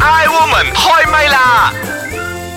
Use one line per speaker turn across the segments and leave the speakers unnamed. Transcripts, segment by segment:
I Woman 開唛啦！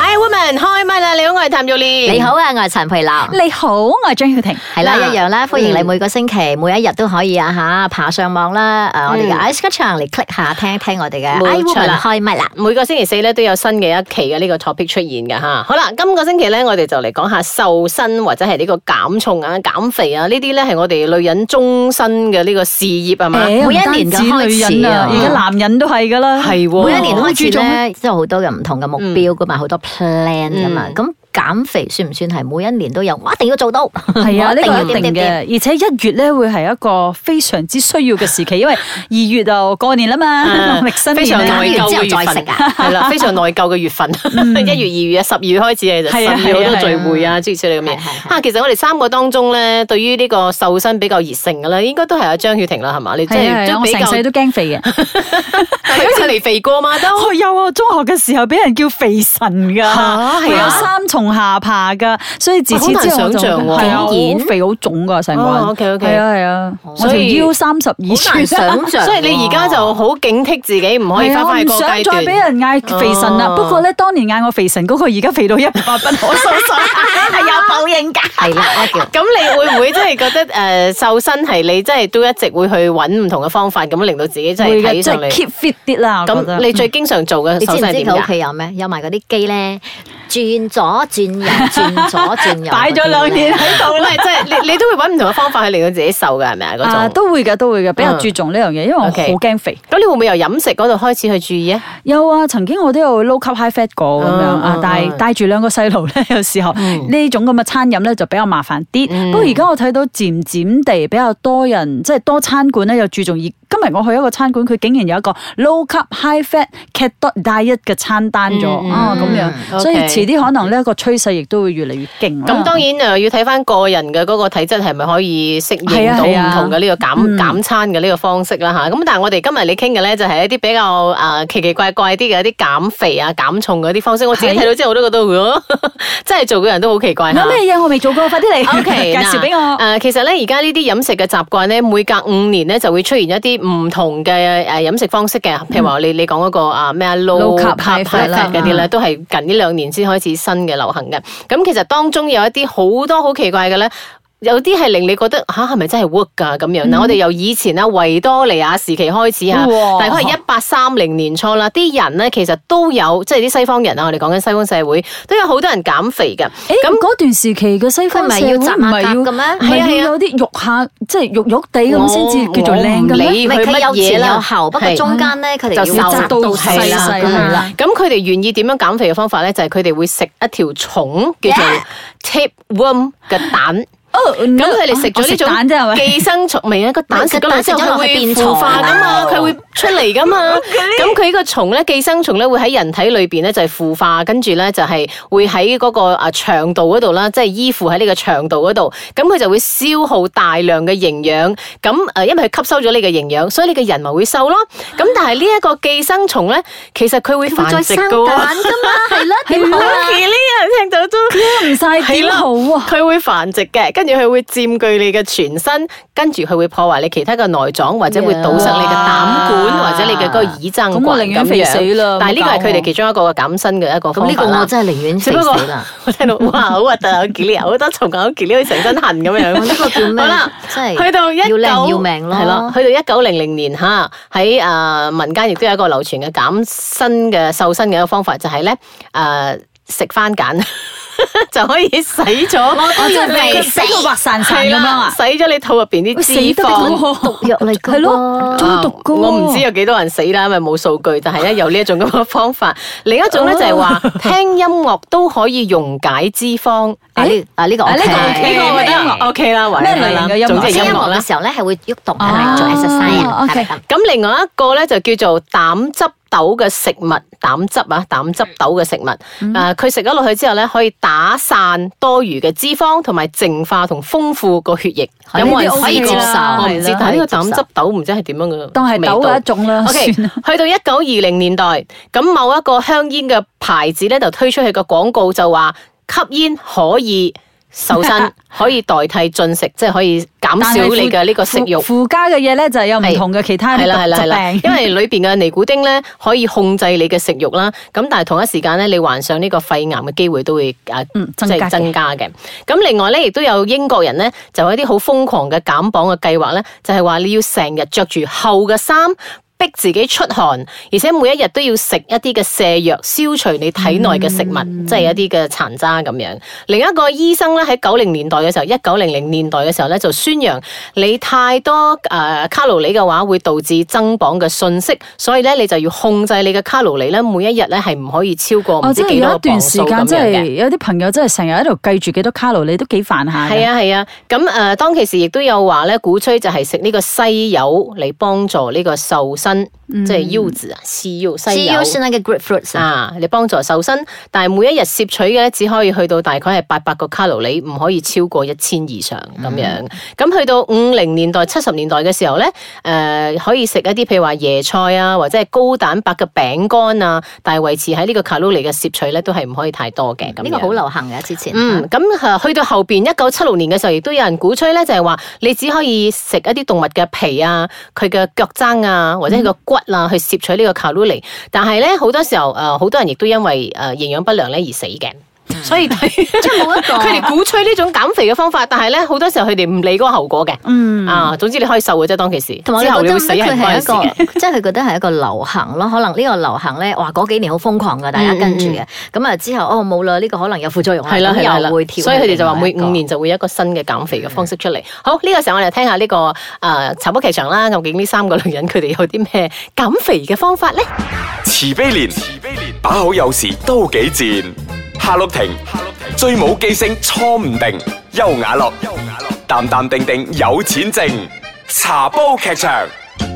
I Woman 開唛啦！你好，我係譚玉蓮。
你好啊，我係陳培樂。
你好，我係張曉婷。
係啦，
嗯嗱
一樣啦，歡迎你
嗯
每個星期、每一日都可以啊吓，爬上網啦，诶、我哋
嗯
嘅 Ice Kitchen 嚟 click 下，聽一聽我哋嘅
冇
I
錯
Woman
啦
開唛啦。
每個星期四咧都有新嘅一期嘅呢個 topic 出現嘅吓，好啦，今個星期咧我哋就嚟講下瘦身或者係呢個減重啊、減肥啊呢啲咧係我哋女人終身嘅呢個事業係
啊
嘛？
每一年嘅開始啊
女人啊，而家男人都係噶啦，
係喎
每一年
都
開始咧，都有啊好多嘅唔同嘅目標噶嘛，好多 plan 噶嘛。
嗯
咁減肥算唔算係每一年都有？我一定要做到，
係啊，
我
呢個
要點
一定
點點。
嘅，而且一月咧會係一個非常之需要嘅時期，因為二月就過年啦嘛，
啊
農曆新
非
年
常
啦
內
內
疚
疚
嘅
嘅
月份
月份，
啊
係 啦，非常內疚嘅月份， 一月、二月、十二月開始你就十
嗯係啊
二月好
係
多
啊
聚會啊，諸如此類咁
係
嘢
係。係
啊，其實我哋三個當中咧，對於呢個瘦身比較熱誠嘅咧，應該都係阿張曉婷啦，係嘛？你即
係啊
係
係啊，
都
我
比較
成，世都驚肥嘅。
但係 你好似未肥過嘛都。
我有啊，中學嘅時候俾人叫肥神噶，
嚇
佢
係啊
有三重下巴噶，所以自此之後我
好
就
難想像喎
係啊，
竟然
好肥好腫噶成個人。
哦，OK，OK
係啊係啊，我
所
條
以
腰三十二
好
寸
難。想像喎。
所以你而家就好警惕自己，唔可以
係
翻
啊，我
返去
唔
嗰個
想
階
再
段。
俾人嗌肥神啦。
哦
不過咧，當年嗌我肥神嗰個，而家肥到一百不可收 拾，係有報應㗎。
係啦，我叫
咁你會唔會真係覺得誒、呃瘦身係你真係都一直會去揾唔同嘅方法，咁令到自己真係
會
睇
嘅，即
上
係
嚟？
keep fit 啲啦。我覺得
咁你最經常做嘅
你知
瘦
唔知
身係點
佢屋
㗎？
企有咩？有埋嗰啲機咧，轉左轉右，轉左轉右嗰啲咧。
擺咗兩年喺度
唔
啦。
係，即係你你都會揾唔同嘅方法去令到自己瘦㗎，係咪啊？嗰種。
啊，都會嘅，都會嘅，比較注重呢樣嘢，因為我好
OK
驚肥。
咁你會唔會由飲食嗰度開始去注意啊？
有啊，曾經我都有 low carb high fat 過咁樣
嗯
啊
嗯，
但
嗯
係帶住兩個細路咧，有時候呢種咁嘅餐飲咧就比較麻煩啲。
嗯
不過而家我睇到漸漸地比較多人，即係多餐館咧又注重以。今日我去一個餐館，佢竟然有一個 low carb high fat keto diet 嘅餐單咗
嗯嗯
啊咁
嗯
樣，所以
OK
遲啲可能呢個趨勢亦都會越嚟越勁啦。
咁當然呃誒，要睇翻個人嘅嗰個體質係咪可以適
係
應
啊
到
係
唔
啊
同嘅呢個減
嗯
減餐嘅呢個方式啦吓，咁但係我哋今日你傾嘅咧就係一啲比較誒奇奇怪怪啲嘅一啲減肥啊、減重嗰啲方式。我自己
係
睇到之後我都覺得，呃 真係做嘅人都好奇怪嚇
有咩嘢我未做過，快啲嚟
O K，
介紹俾我。
誒，其實咧而家呢啲飲食嘅習慣咧，每隔五年咧就會出現一啲唔同嘅誒飲食方式嘅，譬如話你你講嗰個啊咩啊 low
嗯 Low
carb high
carb high
fat
fat 啦嗯
嗰啲咧，都係近呢兩年先開始新嘅流行嘅。咁其實當中有一啲好多好奇怪嘅咧。有啲係令你覺得吓係咪真係 work 㗎咁樣嗱，我哋由以前啊維多利亞時期開始啊，
嗯哇
大概係一八三零年初啦，啲人咧其實都有即係啲西方人啊，我哋講緊西方社會都有好多人減肥嘅。
誒
咁
嗰段時期嘅西
佢
方
唔係
社會
要
唔
紮
係
馬甲
要
嘅咩
唔
係啊
係
係啊
要有啲肉下即係肉肉地咁先
我
至叫做靚
我
嘅
唔
咩？
理
唔係
佢
佢有
乜嘢
前
啦
有後，不過
係
中間咧佢哋
就
要
瘦
紮
到
細
細
細
細
㗎
啦
嘛。
咁佢哋願意點樣減肥嘅方法咧，就係佢哋會食一條蟲叫做
Yeah
tapeworm 嘅蛋。
哦，咁
咁佢哋食咗呢
蛋啫係
種
咪？
寄生蟲，未啊個蛋 食咗落之後，佢會啊腐化噶嘛，佢會出嚟噶 嘛。咁佢呢個蟲咧，寄生蟲咧會喺人體裏邊咧就係腐化，跟住咧就係會喺嗰個啊腸道嗰度啦，即係依附喺你個腸道嗰度。咁佢就會消耗大量嘅營養。咁誒，因為佢吸收咗你嘅營養，所以你嘅人咪會瘦咯。咁但係呢一個寄生蟲咧，其啊實佢會繁
會再
殖
生
噶
蛋噶
喎。
嘛，係啦，點好啊？
呢樣聽到都〜
唔晒
係
點
啦
好啊！
佢會繁殖嘅，跟住佢會佔據你嘅全身，跟住佢會破壞你其他嘅內臟，或者會堵塞你嘅膽管，
哇
或者你嘅嗰個耳憎
咁我寧
管
願
咁
肥
樣。
死啦！
但係呢個係佢哋其
嘅
中一個減身嘅一個
咁
方
呢
法
個我
啦。
真係寧願
只
肥
不過
死啦。
我 聽到哇，好核突啊！我 Gilly 好多蟲啊，我 Gilly 成身痕咁
我呢
樣。
個叫咩？
好啦
真係
去到一
要
九
靚要命咯
係咯，去到一九零零年嚇，喺誒民間亦都有一個流傳嘅減身嘅瘦身嘅一個方法，就係咧誒食番梘 就可以洗咗
都要
你
肥
死到滑潺潺咁樣啊！
洗咗你肚入邊啲
會
脂
死得
肪。啊
毒
藥嚟㗎
係咯，
喎
中毒噶。
我唔知有幾多人死啦，因啊為冇數據。但係咧有呢一種咁嘅方 法，另一種咧就係話
哦
聽音樂都可以溶解脂 肪。
啊呢啊呢個
啊呢個
OK
呢個我覺得 OK 啦，或者
咩類型嘅音樂
總之
即
係
係
音
音
樂
樂
啦
嘅。時候咧係會喐動，係咪
啊
做 exercise？係
OK
咪咁
咁另外一個咧就叫做膽汁豆嘅食物，膽汁啊，膽汁豆嘅食物，
嗯
誒佢食咗落去之後咧，可以打散多餘嘅脂肪，同埋淨化同豐富個血液。有冇人
呢
試
啲 OK
過？
啦
我唔知
啊係，啦
但係呢個
可以接
膽
受
汁豆唔知係點樣嘅味道，
當係豆啊嘅一種啦。
OK，
算啦
去到一九二零年代，咁某一個香煙嘅牌子咧就推出佢個廣告就話吸煙可以瘦 身可以代替進食，即係可以減少你嘅呢個食欲。
附加嘅嘢咧就有唔同嘅其他
係啦係啦係啦，
疾
因為裏邊嘅尼古丁咧可以控制你嘅食欲啦，咁但係同一時間咧你患上呢個肺癌嘅機會都會啊，
嗯
即
增加
係
嘅
增加嘅。咁另外咧亦都有英國人咧就有一啲好瘋狂嘅減磅嘅計劃咧，就係話你要成日着住厚嘅衫。逼自己出汗，而且每一日都要食一啲嘅瀉藥，消除你體內嘅食物，
嗯
即係一啲嘅殘渣咁樣。另一個醫生咧喺九零年代嘅時候，一九零零年代嘅時候咧就宣揚你太多誒、呃卡路里嘅話會導致增磅嘅訊息，所以咧你就要控制你嘅卡路里咧，每一日咧係唔可以超過
哦，
唔
即
知
係
幾
有一
多
段
磅
時
數咁樣
間，即係
嘅。
有啲朋友真係成日喺度計住幾多卡路里，都幾煩下。
係，啊係啊，咁誒、呃、當其時亦都有話咧，鼓吹就係食呢個西柚嚟幫助呢個瘦身，即係柚子啊，西柚西柚
CEO 嗯是那个 grapefruit 啊，
啊，你幫助瘦身，但係每一日攝取嘅咧，只可以去到大概係八百個卡路里，唔可以超過一千以上
嗯
咁樣。咁、去到五零年代、七十年代嘅時候咧，誒、可以食一啲譬如話椰菜啊，或者係高蛋白嘅餅乾啊，但係維持喺呢個卡路里嘅攝取咧，都係唔可以太多嘅咁樣。
呢個好流行嘅之前。
嗯，咁誒去到後邊一九七六年嘅時候，亦都有人鼓吹咧，就係話你只可以食一啲動物嘅皮啊、佢嘅腳踭啊，或者
嗯
佢個骨啊，去攝取呢個卡路里。但係咧，好多時候誒，呃好、多人亦都因為誒、呃、營養不良咧而死嘅。所以
即
佢
係冇一個
哋鼓吹呢種減肥嘅方法，但係咧好多時候佢哋唔理嗰個後果嘅。
嗯，
啊，總之你可以瘦嘅啫，當其時，
同埋
之後
我
你
覺
會
得
死
佢
係唔關你
係一
事嘅。
個，即係佢覺得係一個流行咯。可能呢個流行咧，哇！嗰幾年好瘋狂㗎，大家跟住嘅。咁啊之後，哦冇啦，呢個可能有副作用啦，
係啦係啦
咁
係啦
又會跳。
所以佢哋就話每五年。就會有一個嗯新嘅減肥嘅方式出嚟。好，呢、個時候我哋聽下呢、個誒茶煲劇場啦，究竟呢三個女人佢哋有啲咩減肥嘅方法咧？
慈悲蓮，慈悲蓮，把口有時都幾賤。夏綠庭，夏綠庭，最冇記性錯唔定。優雅樂，優雅樂，淡淡定定有錢剩。茶煲劇場，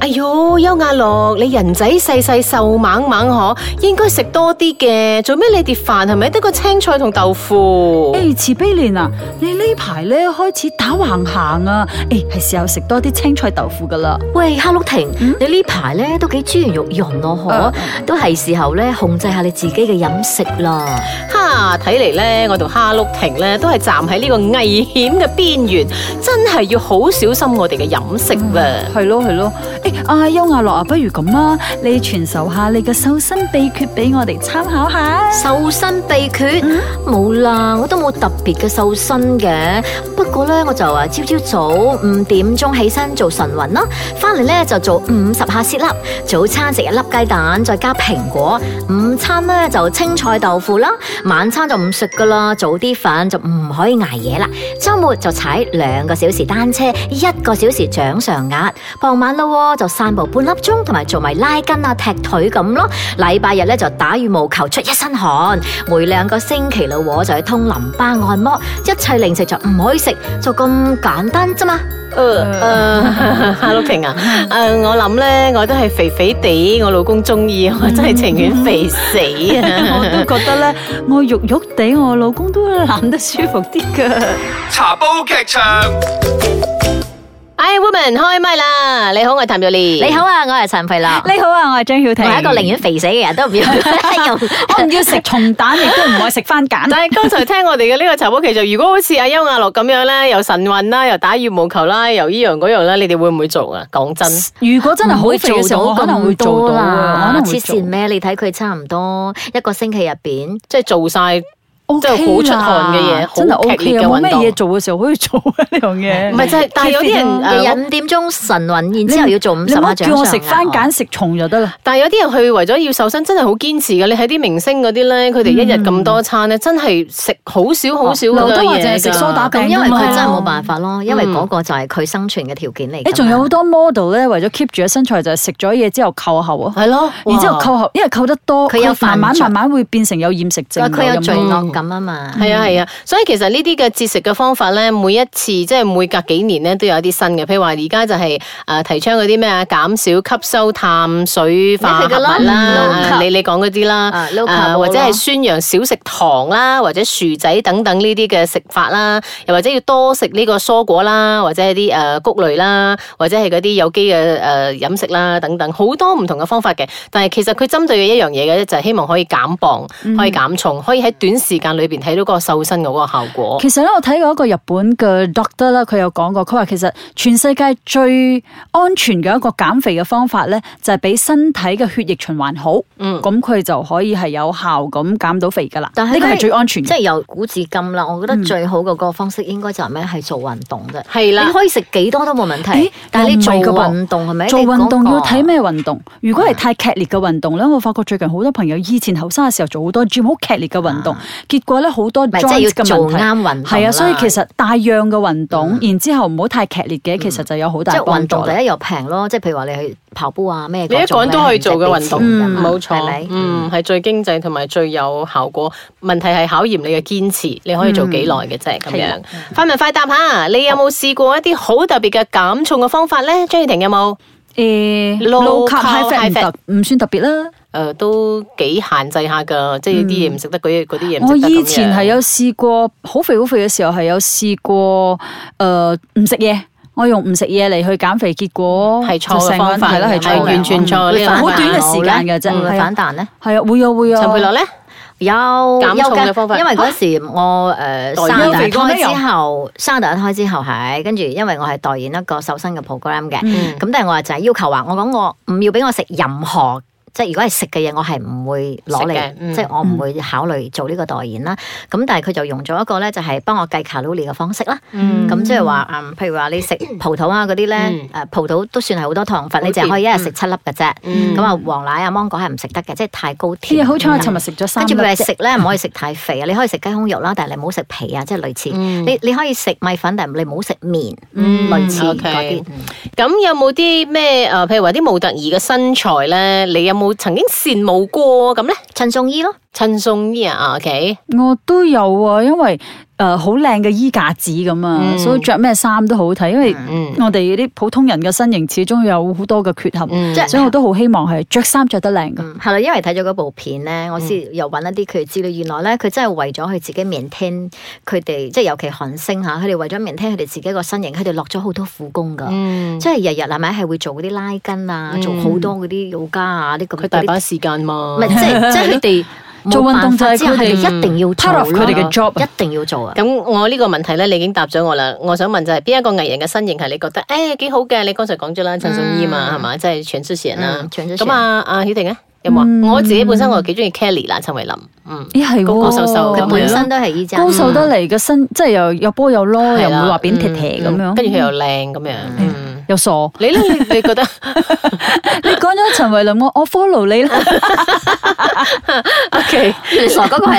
哎喲，優雅樂，你人仔細細瘦猛猛嗬，應該食多啲嘅。做咩你碟飯係咪得個青菜同豆腐？
誒慈悲蓮啊，你呢排咧開始打橫行啊，誒係時候食多啲青菜豆腐噶啦。
喂，哈禄婷，你呢排咧都幾豬圓肉潤咯，嗬？都係時候咧控制下你自己嘅飲食啦。
哈，睇嚟咧，我同哈碌婷咧都係站喺呢個危險嘅邊緣，真係要好小心我哋嘅飲食啊喎。
係咯係咯，誒阿優雅樂啊，不如咁啊，你傳授下你嘅瘦身秘訣俾我哋參考下。
瘦身秘訣冇啦，我都冇特別嘅瘦身嘅。不過呢，我就話朝朝早五點鐘起身做晨運啦，翻嚟呢就做五十下 sit up，早餐食一粒雞蛋再加蘋果，午餐呢就青菜豆腐啦，晚餐就唔食噶啦，早啲瞓就唔可以捱夜啦。周末就踩兩個小時單車，一個小時掌上壓。傍晚啦喎就散步半粒鐘，同埋做埋拉筋啊、踢腿咁咯。禮拜日咧就打羽毛球出一身汗，每兩個星期啦喎就去通淋巴按摩。一切零食就唔可以食，就咁簡單啫嘛。
嗯
誒誒，夏綠婷啊，誒我諗咧，我都係肥肥地，我老公中意，我真係情願肥死啊！
我都覺得咧，我肉肉地，我老公都攬得舒服啲噶。
茶煲劇場。
哎，woman 開麥啦！你好，我係譚玉蓮。
你好，啊，我係陳肥樂，
你好啊，我係張曉
我
婷，
係一個 寧願肥死嘅人都唔要
啊
用。
我唔要食蟲蛋，亦都唔愛食番梘。
但係剛才聽我哋嘅呢個茶煲劇就，如果好似阿邱亞樂咁樣咧，又晨運啦，又打羽毛球啦，又依樣嗰樣咧，你哋會唔會做啊？講真，
如果真係好
會
肥嘅時候，我可能會做
多
到啊，我可
啦，
能會
黐
做
線咩？你睇佢差唔多一個星期入邊。
即係做晒。
OK 啦
真係好出汗嘅嘢
哦啊真係
好
OK
劇烈嘅
啊！冇
運
咩
動
嘢做嘅時候可以做啊呢樣嘢。
唔係就係但係有啲人
Keep fit 啊
誒
日日五點鐘晨運，然之後要做五
你
十
唔好
下
叫
掌
我食
上
番
壓
梘食蟲就得啦。
但係有啲人去為咗要瘦身，真係好堅持嘅。你睇啲明星嗰啲咧，佢哋一日咁多餐咧，真係食好少好少
劉
嗰
德
樣
華
嘢
淨係食梳打
㗎
餅
咁因為
㗎啊嘛嗯
佢真係冇辦法咯，因為嗰個就係佢生存嘅條件嚟㗎嘛。
誒，仲有好多 model 咧，為咗 keep 住嘅身材，就係食咗嘢之後扣喉啊。
係咯，
然之後
哇
扣喉，因為扣得多，
佢有
慢
犯
慢
罪
慢慢會變成有厭食症㗎。
啊佢有罪
冇
惡感啊嘛。
係啊係啊，所以其實呢啲嘅節食嘅方法咧，每一次即係每隔幾年咧都有一啲新嘅，譬如話而家就係、呃提倡嗰啲咩啊，減少吸收碳水化合
你食嘅啦
物啦，
low carb
你你講嗰啲啦
啊，low carb，
呃
low
或者係
carb
宣揚少食糖啦，或者薯仔等等呢啲嘅食法啦，又或者要多食呢個蔬果啦，或者係啲誒谷類啦，或者係嗰啲有機嘅誒飲食啦等等，好多唔同嘅
嗯
方法嘅。但係其實佢針對嘅一樣嘢嘅咧，就係希望可以減磅，可以減重，可以喺短時間間裏邊睇到嗰個瘦身嘅嗰個效果。
其實咧，我睇過一個日本嘅 doctor 啦，佢有講過，佢話其實全世界最安全嘅一個減肥嘅方法咧，就係、俾身體嘅血液循環好，
嗯
咁佢、就可以係有效咁減到肥噶啦。
但係
呢個
咧
係最安全
即係
嘅。
由古至今啦，我覺
嗯
得最好嘅嗰個方式應該就係咩？係做運動啫。
係啦
你可以食幾多都冇問題
咦，
但係你做
又唔係㗎喎
運動係咪？
做
你講
運動
過啊
要睇？咩運動？如果係太劇烈嘅運動咧，我發覺最近好多朋友以前後生嘅時候做好多 gym 好劇烈嘅運動，結果咧好多
啊咪即係
joint
要
嘅
做
問題。
啱運動。
係啊，所以其。實大量嘅運動，然之後唔好太劇烈嘅，其實就有好
嗯即
大
係運
幫助
動
啦。
第一又平咯，即係譬如話你去跑步啊咩，
你一個人都可以做嘅運動，
嗯
冇
係
錯
咪，？
嗯，係最經濟同埋最有效果。問題係考驗你嘅堅持，你可以做幾耐嘅啫咁
係
樣。快問快答下，你有冇試過一啲好特別嘅減重嘅方法咧？張雨婷有冇？
誒
Low
low carb
carb,
high
high fat
fat 唔特唔算特別啦。
誒、呃都幾限制下㗎，即係啲嘢唔食得，嗰啲嗰啲嘢唔
我
食得咁樣
哦以前係有試過好肥好肥嘅時候係有試過誒唔食嘢，我用唔食嘢嚟去減肥，結果
嗯係錯嘅
就成個
方
人
法
係啦，係錯
係
嘅
完全錯
嗯
呢個
好短
方法
嘅時間嘅啫，
會唔會
係啊
反 彈咧？
係啊，會啊會啊。
陳佩樂咧，
有
減重嘅
有㗎
方法
因為嗰時我呃誒
代言
生第
肥
一
過
胎
咩又
之後，生第一胎之後係跟住，因為我係代言一個瘦身嘅 program 嘅，
嗯
咁但係我就係要求話，我講我唔要俾我食任何。即係如果係食嘅嘢，我係唔會攞
食嘅嗯
嚟，即係我唔會考慮做呢個代言啦。咁但係佢就用咗一個咧，就係幫我計卡路里嘅方式啦。
嗯
咁即係話，嗯，譬如話你食葡萄啊嗰啲咧，
嗯
誒、葡萄都算係好多糖分，你淨係可以一日食七粒嘅啫。
嗯
咁啊、黃奶啊芒果係唔食得嘅，即係太高
啲嘢
甜。
哎好彩我尋日食咗三
跟
粒
住咪
啫
食咧，唔可以食太肥啊！你可以食雞胸肉啦，但係你唔好食皮啊，即係類似。
嗯
你你可以食米粉，但係你唔好食麵，
嗯
類似嗰
OK
啲。
咁有冇啲咩誒？譬如話啲模特兒嘅身材咧，你有冇曾經羨慕過咁咧？
陳宋依咯，
襯送啲啊，OK，
我都有啊，因為誒好靚嘅衣架子咁啊，
嗯
所以着咩衫都好睇。因為
嗯
我哋啲普通人嘅身形始終有好多嘅缺陷，
嗯
即係
所以我都好希望係着衫着得靚嘅。
嗯，係啦，因為睇咗嗰部片咧，我
嗯
先又揾一啲佢嘅資料，原來咧佢真係為咗佢自己 maintain 佢哋，即係尤其韓星嚇，佢哋為咗 maintain 佢哋自己個身形，佢哋落咗好多苦功㗎。
嗯，
即係日日係咪係會做嗰啲拉筋啊，
嗯
做好多嗰啲瑜伽啊，啲咁
佢大
嗰啲
把時間嘛，
唔係即 係即係佢哋冇
哦做運動就係
辦法之下
佢哋
佢哋一定要做
part of
咯
佢哋嘅 job
一定要做啊！
咁我呢個問題咧，你已經答咗我啦。我想問就係邊一個藝人嘅身形係你覺得誒幾好嘅？你剛才講咗啦，陳淑儀嘛係嘛，即係全主持人啦
嗯。全主持人
咁啊，阿曉婷咧有冇
嗯
啊？我自己本身我幾中意 Kelly 啦，陳慧琳，嗯，
咦係喎，
高高瘦瘦
佢
咁
本
樣
身都係依隻，嗯
高瘦得嚟嘅身，即係又有波有攞，哦
係
又唔
啦
會話扁鐵鐵咁
嗯
樣，
跟住佢又靚咁樣，嗯。
又傻。
你咧，你你覺得
你講咗陳慧琳，我我 follow 你啦。
？O K，
原來傻嗰個係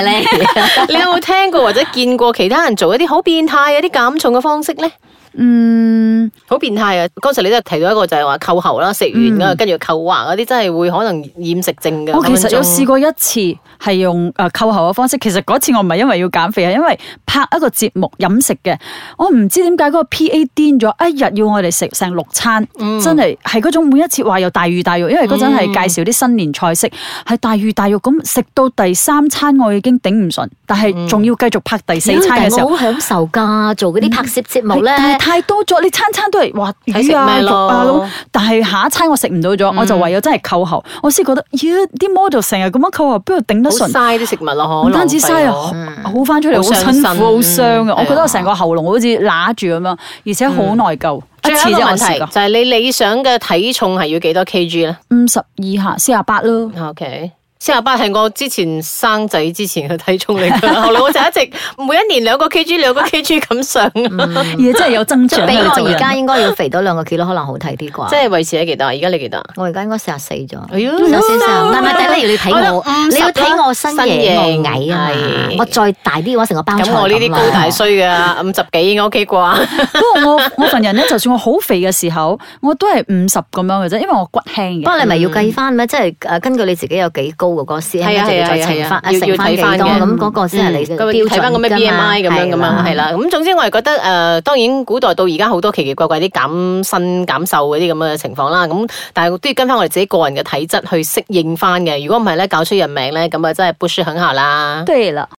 你
你。
有冇聽過或者見過其他人做一啲好變態、一啲減重嘅方式咧？
嗯，
好變態啊！剛才你都提到一個就係話扣喉啦，食完嗰跟住扣環嗰啲，真係會可能厭食症 嘅。
嗯我其實有試
過。
過一次係用誒扣喉嘅方式，其實嗰次我唔係因為要減肥，係因為拍一個節目飲食嘅。我唔知點解嗰個 P.A. 癲咗，一日要我哋食成六餐，
嗯
真係係嗰種每一次話又大魚大肉，因為嗰陣係介紹啲新年菜式，係大魚大肉咁食到第三餐我已經頂唔順，
嗯
但係仲要繼續拍第四餐
但
嘅
係
時候
我。好享受㗎，做嗰啲拍攝節目咧
係，但係太多咗，你餐餐都係哇
睇食
魚啊
咩
肉
咯
啊咁，但係下一餐我食唔到咗，我就唯有真係扣喉。
嗯
我先覺得，咦，啲 model 成日咁樣扣喉，邊度頂得
好
順？
嘥啲食物咯，可
唔單止嘥啊，
浪費咯嗯
好好翻出嚟
好
好
傷
辛苦，
身
好傷
嗯
啊！我覺
係
得
啊
我成個喉嚨好似揦住咁樣，而且好內疚。
最
一
後
次
一個
啫，我
問
試
題
過
就係你理想嘅體重係要幾多 kg 咧
五十二下四十八咯。
？OK。四十八係我之前生仔之前嘅體重嚟㗎， 後來我就一直每一年兩個 kg 兩個 kg 咁上，啊嗯
而且真係有增
即
長
係比
嘅做
我而
人。
家應該要肥多兩個 kilo，可能好睇啲啩。
即係維持喺幾多啊？而家你幾多啊？
我而家應該四十四咗，
哎呀
四十四四唔係唔係，但係咧你要睇
我覺得
我，
五十
你要睇我
啦
身
身
形，
形
我矮啊嘛
係，
我再大啲嘅話，成個包菜
咁我呢啲
咁啦啊
高大衰嘅五十幾應該 OK 啩？
不過我我份人咧，就算我好肥嘅時候，我都係五十咁樣嘅啫，因為我骨輕
不
嘅。
過你咪要計翻咩？即係誒，根據你自己有幾高嗰個 C M，
係啊
跟住
係啊
再
係
乘
啊
翻
要
誒乘翻幾
要睇返
多，
嘅
咁嗰個先係你嘅
佢會嗯
標準
啊睇翻個咩 BMI 咁樣噶嘛，係
係
啦。咁總之我係覺得誒、呃，當然古代到而家好多奇奇怪怪啲減身減瘦嗰啲咁嘅情況啦。咁但係都要跟翻我哋自己個人嘅體質去適應翻嘅。如果唔係咧，搞出人命咧，咁啊真係 push 肯下啦。
對啦。